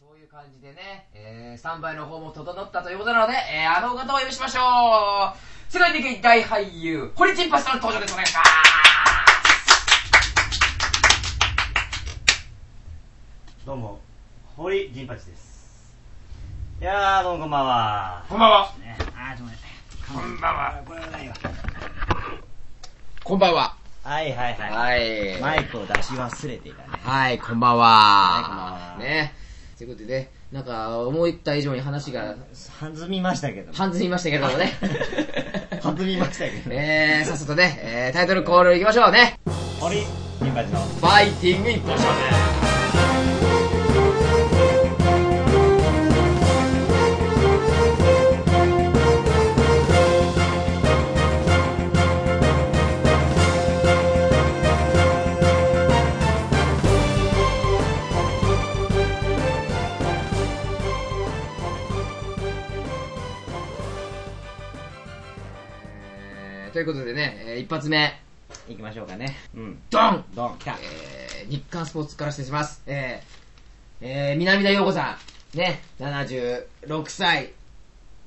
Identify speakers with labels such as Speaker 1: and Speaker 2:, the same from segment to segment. Speaker 1: そういう感じでね、えー、スタンバイの方も整ったということなので、えー、あのお方をお呼びしましょう世界的大俳優、堀チンパスさんの登場です。お願いします
Speaker 2: どうも、堀陣八です。いやー、どうもこんばんは。
Speaker 1: こんばんは。
Speaker 2: ね、あー、ちょっと待って。
Speaker 1: こんばんは。
Speaker 2: これはないわ。
Speaker 1: こんばんは。
Speaker 2: はいはいはい。
Speaker 1: はい。
Speaker 2: マイクを出し忘れていたね。
Speaker 1: はい、こんばんは。
Speaker 2: いこんばんは
Speaker 1: ね。ということでね、なんか、思った以上に話 が、
Speaker 2: 弾みましたけど。。
Speaker 1: 半ずみましたけれどもね
Speaker 2: 弾みましたけど
Speaker 1: ねえ、さっさとね、えー、タイトルコールいきましょうね。
Speaker 2: 堀陣八の。
Speaker 1: ファイティングインポッシブルえーということでね、えー一発目、
Speaker 2: 行きましょうかね。うん。
Speaker 1: ドン
Speaker 2: ドン、来た。
Speaker 1: えー日刊スポーツから失礼します。えー、えー南田陽子さん、ね、76歳、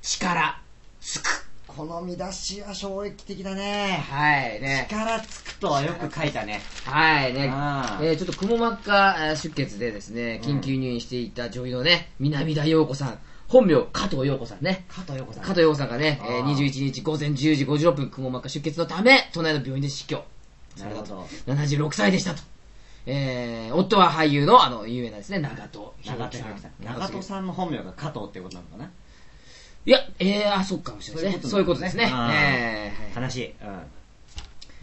Speaker 1: 力、つく。
Speaker 2: この見出しは衝撃的だね。
Speaker 1: はい、ね。
Speaker 2: 力つくとはよく書いたね。
Speaker 1: はいね
Speaker 2: あ、ー
Speaker 1: えーちょっとくも膜下えー出血でですね、緊急入院していた女優のね、南田陽子さん、本名、加藤陽子さんね。
Speaker 2: 加藤陽子さん。
Speaker 1: 加藤陽子さんがね、えー
Speaker 2: あー
Speaker 1: 21日午前10時56分、くも膜下出血のため、都内の病院で死去。
Speaker 2: なるほど。
Speaker 1: 76歳でしたと。えー、夫は俳優の、あの、有名なですね、長門
Speaker 2: 長
Speaker 1: 博
Speaker 2: 戸
Speaker 1: 樹
Speaker 2: さ
Speaker 1: さん。
Speaker 2: ん。長戸さんの本名が加藤ってことなのかな。
Speaker 1: いや、えー、あ、そうかもしれないですね。そういうことですね。
Speaker 2: あー
Speaker 1: えー
Speaker 2: 悲しい。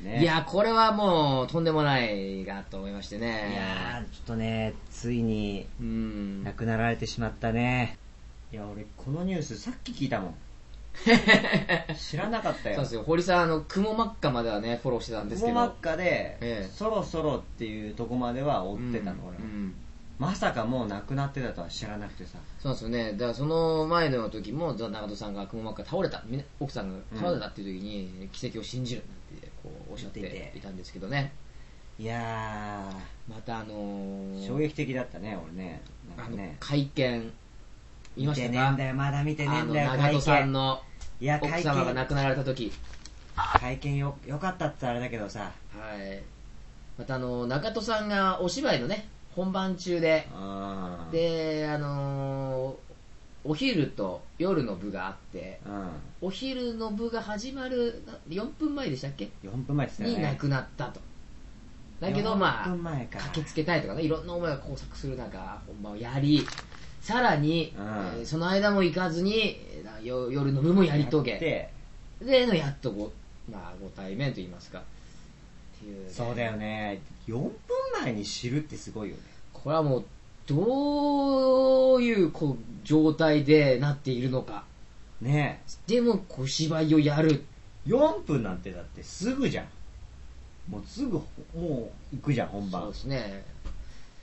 Speaker 2: うん。ね
Speaker 1: いや、これはもう、とんでもないなと思いましてね。
Speaker 2: いやー、ちょっとね、ついに
Speaker 1: うん
Speaker 2: 亡。くなられてしまったね。いや、俺、このニュースさっき聞い たもん。知らなかった
Speaker 1: そう
Speaker 2: よ
Speaker 1: です。よ堀さん、あの、雲真っ赤まではね、フォローしてたんですけ
Speaker 2: 雲
Speaker 1: ど。
Speaker 2: 真っ赤で、
Speaker 1: ええ
Speaker 2: そろそろっていうとこまでは追ってたの、
Speaker 1: うん
Speaker 2: 俺は
Speaker 1: うん
Speaker 2: まさかもう亡くなってたとは知らなくてさ。
Speaker 1: そうなんですよね。だから、その前の時も、だ長門さんが雲真っ赤倒れた、みんな奥さんが倒れたっていう時に、奇跡を信じるなんて、こう、おっしゃって
Speaker 2: 言っていて
Speaker 1: いたんですけどね。
Speaker 2: いや
Speaker 1: また、あの
Speaker 2: ー、
Speaker 1: ー
Speaker 2: 衝撃的だったね、俺ね。な
Speaker 1: あ
Speaker 2: ん
Speaker 1: の
Speaker 2: かね、。
Speaker 1: 会見、見ました
Speaker 2: 見てねえん
Speaker 1: か
Speaker 2: だよ、まだ見てねえ
Speaker 1: あ
Speaker 2: ん
Speaker 1: の、
Speaker 2: だよ、
Speaker 1: 長門さんの
Speaker 2: いや、
Speaker 1: 奥
Speaker 2: 会
Speaker 1: 様が亡
Speaker 2: 見、
Speaker 1: くなられた時。
Speaker 2: 会見よ、よかったって言ったらあれだけどさ。
Speaker 1: はい。また、あの、中戸さんがお芝居のね、本番中で、
Speaker 2: うん。
Speaker 1: で、あのーお昼と夜の部があって、
Speaker 2: うん。
Speaker 1: お昼の部が始まるな4分前でしたっけ、
Speaker 2: 4分前って言って
Speaker 1: に
Speaker 2: た
Speaker 1: 亡
Speaker 2: よね。
Speaker 1: くなったと。だけど、ま
Speaker 2: 4
Speaker 1: あ
Speaker 2: 分、前か。
Speaker 1: 駆けつけたいとかね、いろんな思いが交錯する中、本番をやり、さらに、
Speaker 2: うん
Speaker 1: えーその間も行かずに、えーなよ夜の部もやり遂げ、
Speaker 2: て
Speaker 1: で、のやっとご、まあ、ご対面といいますか。っていうね
Speaker 2: そうだよね4分前に知るってすごいよね
Speaker 1: これはもう、どういうこう状態でなっているのか。
Speaker 2: ね
Speaker 1: でも、こう芝居をやる。
Speaker 2: え4分なんてだってすぐじゃんもうすぐもう行くじゃん本
Speaker 1: そう
Speaker 2: 番
Speaker 1: ですね。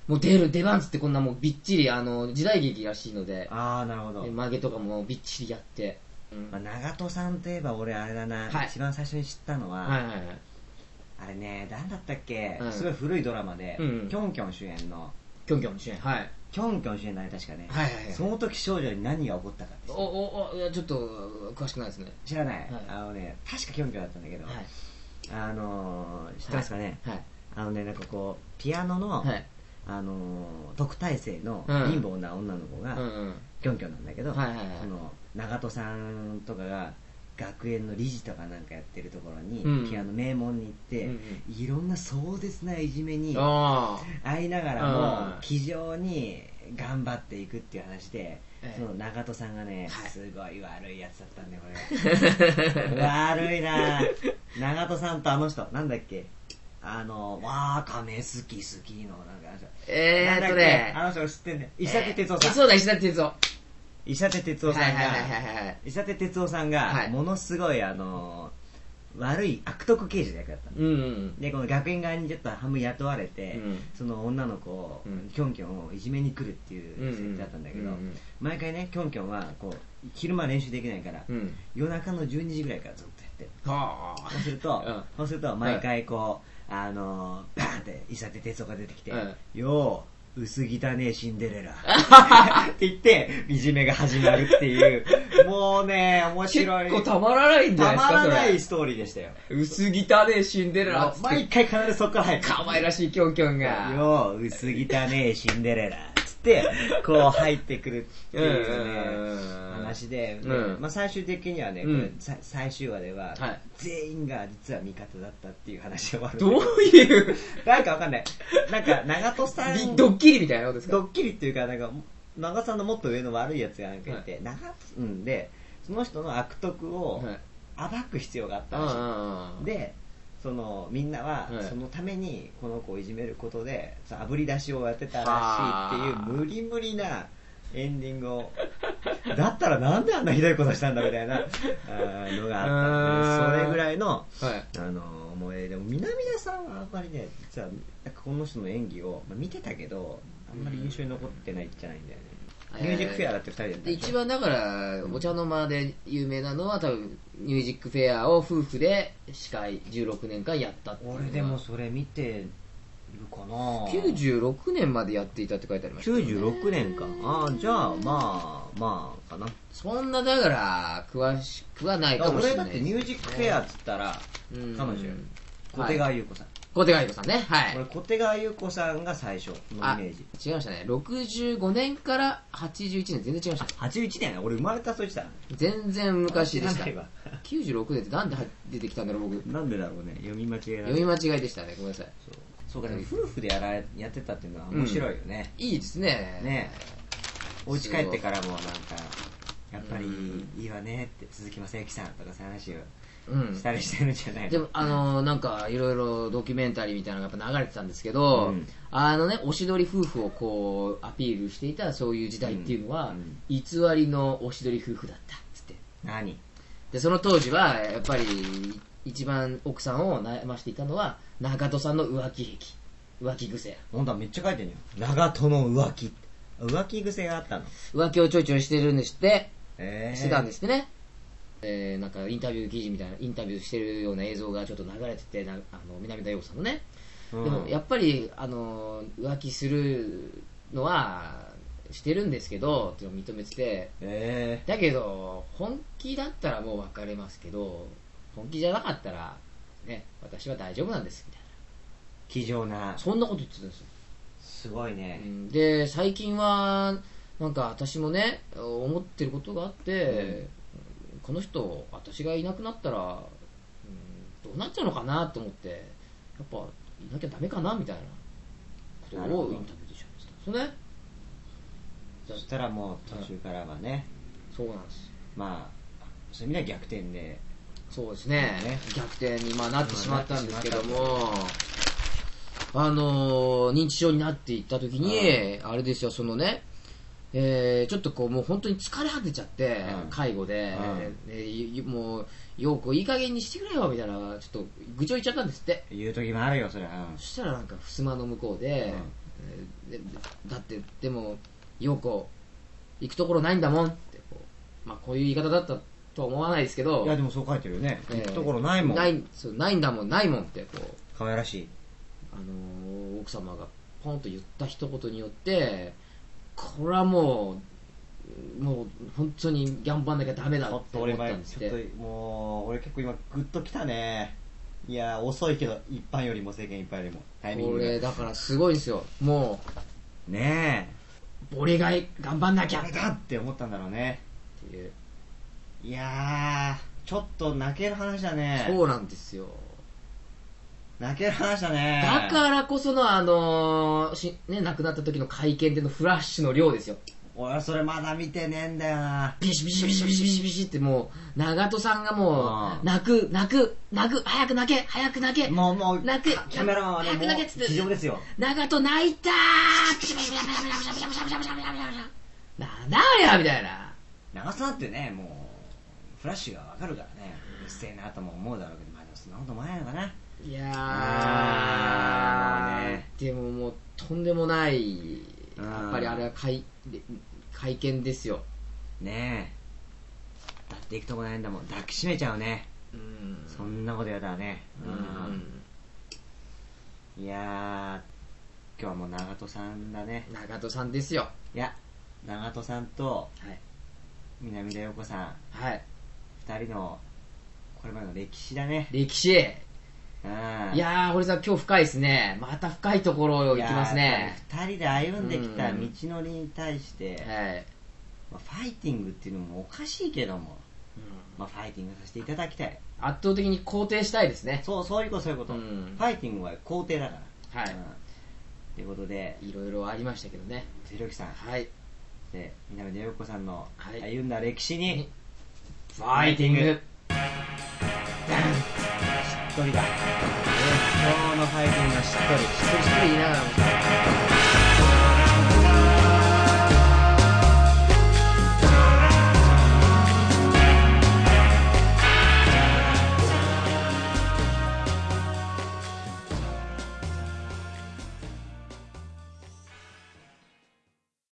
Speaker 1: もう出る、出番っつってこんなもうびっちり、あの、時代劇らしいので、
Speaker 2: ああなるほど、
Speaker 1: 曲げとかもびっちりやって。うん
Speaker 2: まあ、長戸さんといえば俺あれだな、
Speaker 1: はい
Speaker 2: 一番最初に知ったのは、
Speaker 1: はいはいはい。
Speaker 2: あれね何だったっけ、
Speaker 1: うん
Speaker 2: すごい古いドラマで、
Speaker 1: うん
Speaker 2: キョンキョン主演の
Speaker 1: キョンキョンの主演。はい。
Speaker 2: キョンキョン主演のあれ確かね、
Speaker 1: はいはいはい。
Speaker 2: その時少女に何が起こったかって
Speaker 1: お、お、お、いや、ちょっと、詳しくないですね。
Speaker 2: 知らない、
Speaker 1: はい
Speaker 2: あのね確かキョンキョンだったんだけど、
Speaker 1: はい。
Speaker 2: あのー知ってますかね、
Speaker 1: はい。
Speaker 2: あのねなんかこうピアノの、
Speaker 1: はい。
Speaker 2: あのー特待生の
Speaker 1: うん
Speaker 2: 貧乏な女の子
Speaker 1: うん
Speaker 2: が
Speaker 1: うん。
Speaker 2: キョンキョンなんだけど、
Speaker 1: はいはいはい
Speaker 2: その長門さんとかが学園の理事とかなんかやってるところに、
Speaker 1: うん
Speaker 2: ピアノ名門に行って、
Speaker 1: うん
Speaker 2: いろんな壮絶ないじめに
Speaker 1: あ
Speaker 2: 遭いながら
Speaker 1: うん
Speaker 2: も気丈に頑張っていくっていう話で、
Speaker 1: ええ
Speaker 2: その長門さんがね、
Speaker 1: はい
Speaker 2: すごい悪いやつだったんでこ れが悪いな長門さんとあの人なんだっけあのわーカメ好き好きのなんかあの人
Speaker 1: ー。えーっと
Speaker 2: なん
Speaker 1: ね。
Speaker 2: だっけあの人知ってんね。石立哲夫さん。
Speaker 1: そうだ、石田哲夫。
Speaker 2: 石立哲夫さ
Speaker 1: はい
Speaker 2: ん
Speaker 1: はいはい
Speaker 2: が、
Speaker 1: はいはい。
Speaker 2: 石立哲夫さん
Speaker 1: は
Speaker 2: が
Speaker 1: い、
Speaker 2: ものすごいあの、悪い悪徳刑事の役だったの。
Speaker 1: うんうん。
Speaker 2: で、この学園側にちょっと半分雇われて
Speaker 1: うん、
Speaker 2: その女の子を
Speaker 1: うん、
Speaker 2: キョンキョンをいじめに来るっていう設定だったんだけ
Speaker 1: う
Speaker 2: ど
Speaker 1: んうんうんうん、
Speaker 2: 毎回ね、キョンキョンは、こう、昼間練習できないから
Speaker 1: う、ん。
Speaker 2: 夜中の12時ぐらいからずっとやってる。
Speaker 1: は
Speaker 2: そうすると、そうすると毎回こう、あのー、バーンって伊佐哲夫が出てきて、
Speaker 1: うん
Speaker 2: よ薄汚ねえシン デレラ。って言って、いじめが始まるっていう、もうね、面
Speaker 1: 結
Speaker 2: 白い。
Speaker 1: 構たまらないんじゃない
Speaker 2: た
Speaker 1: です
Speaker 2: ま
Speaker 1: から
Speaker 2: な
Speaker 1: そ
Speaker 2: い
Speaker 1: れ。
Speaker 2: ストーリーでしたよ。
Speaker 1: 薄汚ねえシンデレラっつって
Speaker 2: 毎回必ずそこから入る。
Speaker 1: 可愛らしいキョンキョンが。
Speaker 2: よう、薄汚ねえシンデレラ。つって、こう入ってくるっていうね、話で、で
Speaker 1: うん
Speaker 2: まあ最終的にはね、こ
Speaker 1: うん
Speaker 2: れさ最終話では、
Speaker 1: はい
Speaker 2: 全員が実は味方だったっていう話が終わる。
Speaker 1: どういう、
Speaker 2: なんかわかんない。なんか、長門さ
Speaker 1: び
Speaker 2: ん、
Speaker 1: ドッキリみたいなことです
Speaker 2: ド
Speaker 1: か
Speaker 2: ッキリっていうか、なんか、長さんのもっと上の悪いやつがなんかいて、長うんで、その人の悪徳を
Speaker 1: はい
Speaker 2: 暴く必要があった
Speaker 1: うん
Speaker 2: らしい。
Speaker 1: うんうん
Speaker 2: でそのみんなは
Speaker 1: はい
Speaker 2: そのためにこの子をいじめることでその炙り出しをやってたらしいって
Speaker 1: はあ
Speaker 2: いう無理無理なエンディングをだったらなんであんなひどいことしたんだみたいなあーのがあったん
Speaker 1: うーん
Speaker 2: でそれぐらいの、
Speaker 1: はい。
Speaker 2: あのー思い出でも南田さんはあんまりね実はなんかこの人の演技を、まあ見てたけどあんまり印象に残ってないじゃないんだよね、ミュージックフェアだって2人でやった
Speaker 1: で
Speaker 2: でしょ
Speaker 1: 一番だから、お茶の間で有名なのは多分、ミュージックフェアを夫婦で司会16年間やったっていうのが
Speaker 2: 俺でもそれ見てるかな
Speaker 1: 96年までやっていたって書いてありましたよね
Speaker 2: 96年かああじゃあまあまあかな
Speaker 1: そんなだから詳しくはないかもし
Speaker 2: 俺
Speaker 1: れ
Speaker 2: だ
Speaker 1: な
Speaker 2: っ
Speaker 1: い
Speaker 2: てミュージックフェアっつったら
Speaker 1: うん
Speaker 2: 彼女よ
Speaker 1: うん
Speaker 2: 小手川優子さん、
Speaker 1: 小手がゆこさんねはい
Speaker 2: 俺小手川優子さんが最初のイ
Speaker 1: あ
Speaker 2: メ
Speaker 1: 違い
Speaker 2: ージ
Speaker 1: ましたね65年から81年全然違いましたね
Speaker 2: 81年俺生まれたそう時だ
Speaker 1: 全然昔でした
Speaker 2: 知らないわ
Speaker 1: 96年ってなんで出てきたんだろう僕
Speaker 2: なんでだろうね読み間違えられ
Speaker 1: 読み間違いでしたねごめんなさい
Speaker 2: そうそうかでも夫婦でやられやってたっていうのは面白いよね、
Speaker 1: いいですね
Speaker 2: ねお家帰ってからもなんかやっぱり
Speaker 1: う
Speaker 2: いいわねって鈴木雅之さんとかそういう話を
Speaker 1: うん
Speaker 2: したりしてるんじゃない
Speaker 1: で
Speaker 2: の、
Speaker 1: もあのーなんかいろいろドキュメンタリーみたいなのがやっぱ流れてたんですけど、
Speaker 2: うん
Speaker 1: あのねおしどり夫婦をこうアピールしていたそういう時代っていうのは、
Speaker 2: うんうん
Speaker 1: 偽りのおしどり夫婦だったっつって
Speaker 2: 何
Speaker 1: でその当時はやっぱり一番奥さんを悩ましていたのは中戸さんの浮気癖浮気癖
Speaker 2: 本当はめっちゃ書いてんよ長友浮気浮気癖があったの
Speaker 1: 浮気をちょいちょいしてるんですって
Speaker 2: え
Speaker 1: してたんですすってね、えーなんかインタビュー記事みたいなインタビューしてるような映像がちょっと流れててなあの南田陽子さんのね
Speaker 2: で
Speaker 1: でもやっぱりあの浮気するのはしてるんですけどっていうのを認めてて
Speaker 2: え
Speaker 1: だけど本気だったらもう別れますけど本気じゃなかったらね私は大丈夫なんですみたい
Speaker 2: ー、気丈な
Speaker 1: なそんなこと言ってたんですよ、
Speaker 2: すごいうね
Speaker 1: んで最近はなんか私もね思ってることがあって、この人私がいなくなったら、うんどうなっちゃうのかなと思ってやっぱいなきゃダメかなみたいなこと
Speaker 2: なるほ
Speaker 1: を
Speaker 2: ど
Speaker 1: インタビューでしゃべってたんですよね
Speaker 2: そしたらもう途中からはね、
Speaker 1: そうなんです
Speaker 2: まあそういう意味では逆転で
Speaker 1: そうですね
Speaker 2: ね
Speaker 1: 逆転にまあなってしまったんですけども、あのー認知症になっていった時に、あれですよ、そのね、えーちょっとこう、もう本当に疲れ果てちゃって、
Speaker 2: うん
Speaker 1: 介護で、
Speaker 2: う
Speaker 1: えーゆゆもう、ようこいい加減にしてくれよみたいな、ちょっと愚痴を言っちゃったんですって、
Speaker 2: 言う時もあるよそれは、
Speaker 1: そしたらなんか、襖の向こうで、えーでだって、でも、ようこ、行くところないんだもんってこう、まあ、こういう言い方だったとは思わないですけ
Speaker 2: う
Speaker 1: ど、
Speaker 2: んいやでもそう書いてるよね、
Speaker 1: えー
Speaker 2: 行くところないもん
Speaker 1: ないそうないんだもんないもんってこう、
Speaker 2: 可愛らしい
Speaker 1: あのー奥様がポンと言った一言によってこれはもうもう本当に頑張んなきゃダメだ
Speaker 2: ちょ
Speaker 1: っ
Speaker 2: ってと
Speaker 1: 思
Speaker 2: 俺
Speaker 1: った
Speaker 2: 前
Speaker 1: んですっ
Speaker 2: ちょってともう俺結構今グッときたねいや遅いけど一般よりも世間一般よりもタイミン
Speaker 1: こ
Speaker 2: グ
Speaker 1: れ
Speaker 2: が
Speaker 1: だからすごいんですよも
Speaker 2: ね
Speaker 1: う俺がい頑張んな
Speaker 2: え
Speaker 1: きゃ
Speaker 2: や
Speaker 1: っ
Speaker 2: めだって思ったんだろうね
Speaker 1: ていう
Speaker 2: いやーちょっと泣ける話だね
Speaker 1: そうなんですよ
Speaker 2: 泣ける話だね
Speaker 1: だからこそのあのーしね亡くなった時の会見でのフラッシュの量ですよ
Speaker 2: 俺それまだ見てねえんだよな
Speaker 1: ビシビシビシビシビシビシってもう長門さんがも
Speaker 2: あ
Speaker 1: う
Speaker 2: ー
Speaker 1: 泣く泣く泣く早く泣け早く泣け
Speaker 2: もうもう
Speaker 1: 泣く
Speaker 2: キャメラマンはね
Speaker 1: 泣
Speaker 2: も
Speaker 1: く泣けっつっ
Speaker 2: う
Speaker 1: て
Speaker 2: 非常ですよ
Speaker 1: 長門泣いたーなんだありゃみたいな
Speaker 2: 長さってねもうフラッシュがわかるからねうっせえなとも思うだろうけどまあでもそんなこともないのかないあー
Speaker 1: や
Speaker 2: ね
Speaker 1: ーでももうとんでもない
Speaker 2: うん
Speaker 1: やっぱりあれは会で会見ですよ
Speaker 2: ねえだって行くとこないんだもん抱きしめちゃうね
Speaker 1: うん
Speaker 2: そんなことやだね
Speaker 1: うん
Speaker 2: いや今日はもう長門さんだね
Speaker 1: 長門さんですよ。
Speaker 2: いや長門さんと
Speaker 1: はい。
Speaker 2: 南田陽子さん
Speaker 1: はい。
Speaker 2: 二人のこれまでの歴史だね
Speaker 1: 歴史。い
Speaker 2: うん
Speaker 1: やー、堀さん、今日深いですね。また深いところを行
Speaker 2: いや
Speaker 1: きますね。
Speaker 2: やっぱり二人で歩んできた
Speaker 1: う
Speaker 2: 道
Speaker 1: ん
Speaker 2: のりに対して、
Speaker 1: はい。
Speaker 2: まあ、ファイティングっていうのもおかしいけども、
Speaker 1: うん
Speaker 2: まあ、ファイティングさせていただきたい
Speaker 1: 圧倒的に肯定したいですね。
Speaker 2: そうそういうことそういうこと、
Speaker 1: うん
Speaker 2: ファイティングは肯定だから
Speaker 1: はい
Speaker 2: うんということで
Speaker 1: いろいろありましたけどね。
Speaker 2: ひろきさん
Speaker 1: はい。
Speaker 2: で南出陽子さんの
Speaker 1: はい
Speaker 2: 歩んだ歴史に
Speaker 1: ファイティング。
Speaker 2: ねしっとりだ、今日のファイティングはしっとり
Speaker 1: 一人一人言いながらも。